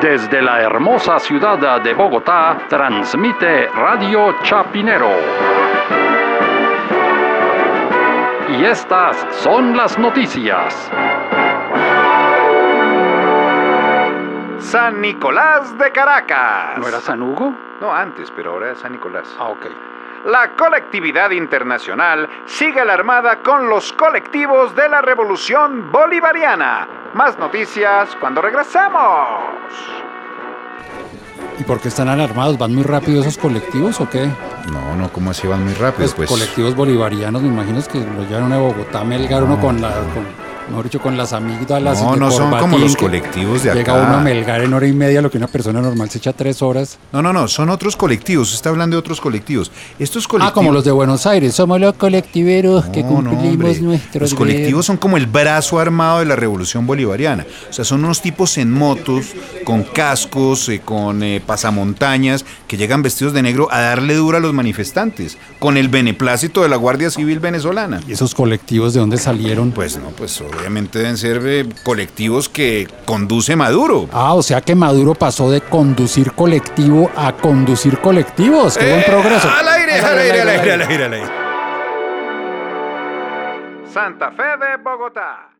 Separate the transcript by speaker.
Speaker 1: Desde la hermosa ciudad de Bogotá, transmite Radio Chapinero. Y estas son las noticias.
Speaker 2: San Nicolás de Caracas.
Speaker 1: ¿No era San Hugo?
Speaker 2: No, antes, pero ahora es San Nicolás.
Speaker 1: Ah, ok.
Speaker 2: La colectividad internacional sigue alarmada con los colectivos de la revolución bolivariana. Más noticias cuando regresamos.
Speaker 3: ¿Y por qué están alarmados? ¿Van muy rápido esos colectivos o qué?
Speaker 4: No, no, ¿cómo así van muy rápido?
Speaker 3: Los
Speaker 4: Pues,
Speaker 3: colectivos bolivarianos, me imagino es que lo llevan a Bogotá, Melgar, uno con la, con, mejor dicho, con las amígdalas.
Speaker 4: No,
Speaker 3: de
Speaker 4: no son como
Speaker 3: corbatín,
Speaker 4: los
Speaker 3: que
Speaker 4: colectivos de
Speaker 3: Llega
Speaker 4: acá.
Speaker 3: uno a Melgar en hora y media, lo que una persona normal se echa tres horas.
Speaker 4: No, no, no, son otros colectivos. Usted está hablando de otros colectivos. Estos colectivos.
Speaker 3: Ah, como los de Buenos Aires, somos los colectiveros que
Speaker 4: No, no,
Speaker 3: cumplimos
Speaker 4: hombre.
Speaker 3: nuestros
Speaker 4: Los colectivos son como el brazo armado de la revolución bolivariana. O sea, son unos tipos en motos, con cascos, eh, con eh, pasamontañas, que llegan vestidos de negro a darle dura a los manifestantes, con el beneplácito de la Guardia Civil venezolana.
Speaker 3: ¿Y esos colectivos de dónde salieron?
Speaker 4: Pues no, pues obviamente deben ser eh, colectivos que conduce Maduro.
Speaker 3: Ah, o sea que Maduro pasó de conducir colectivo a conducir colectivos. ¡Qué buen progreso!
Speaker 4: Eh, Al aire, al aire, al aire, al aire, al aire.
Speaker 2: Santa Fe de Bogotá.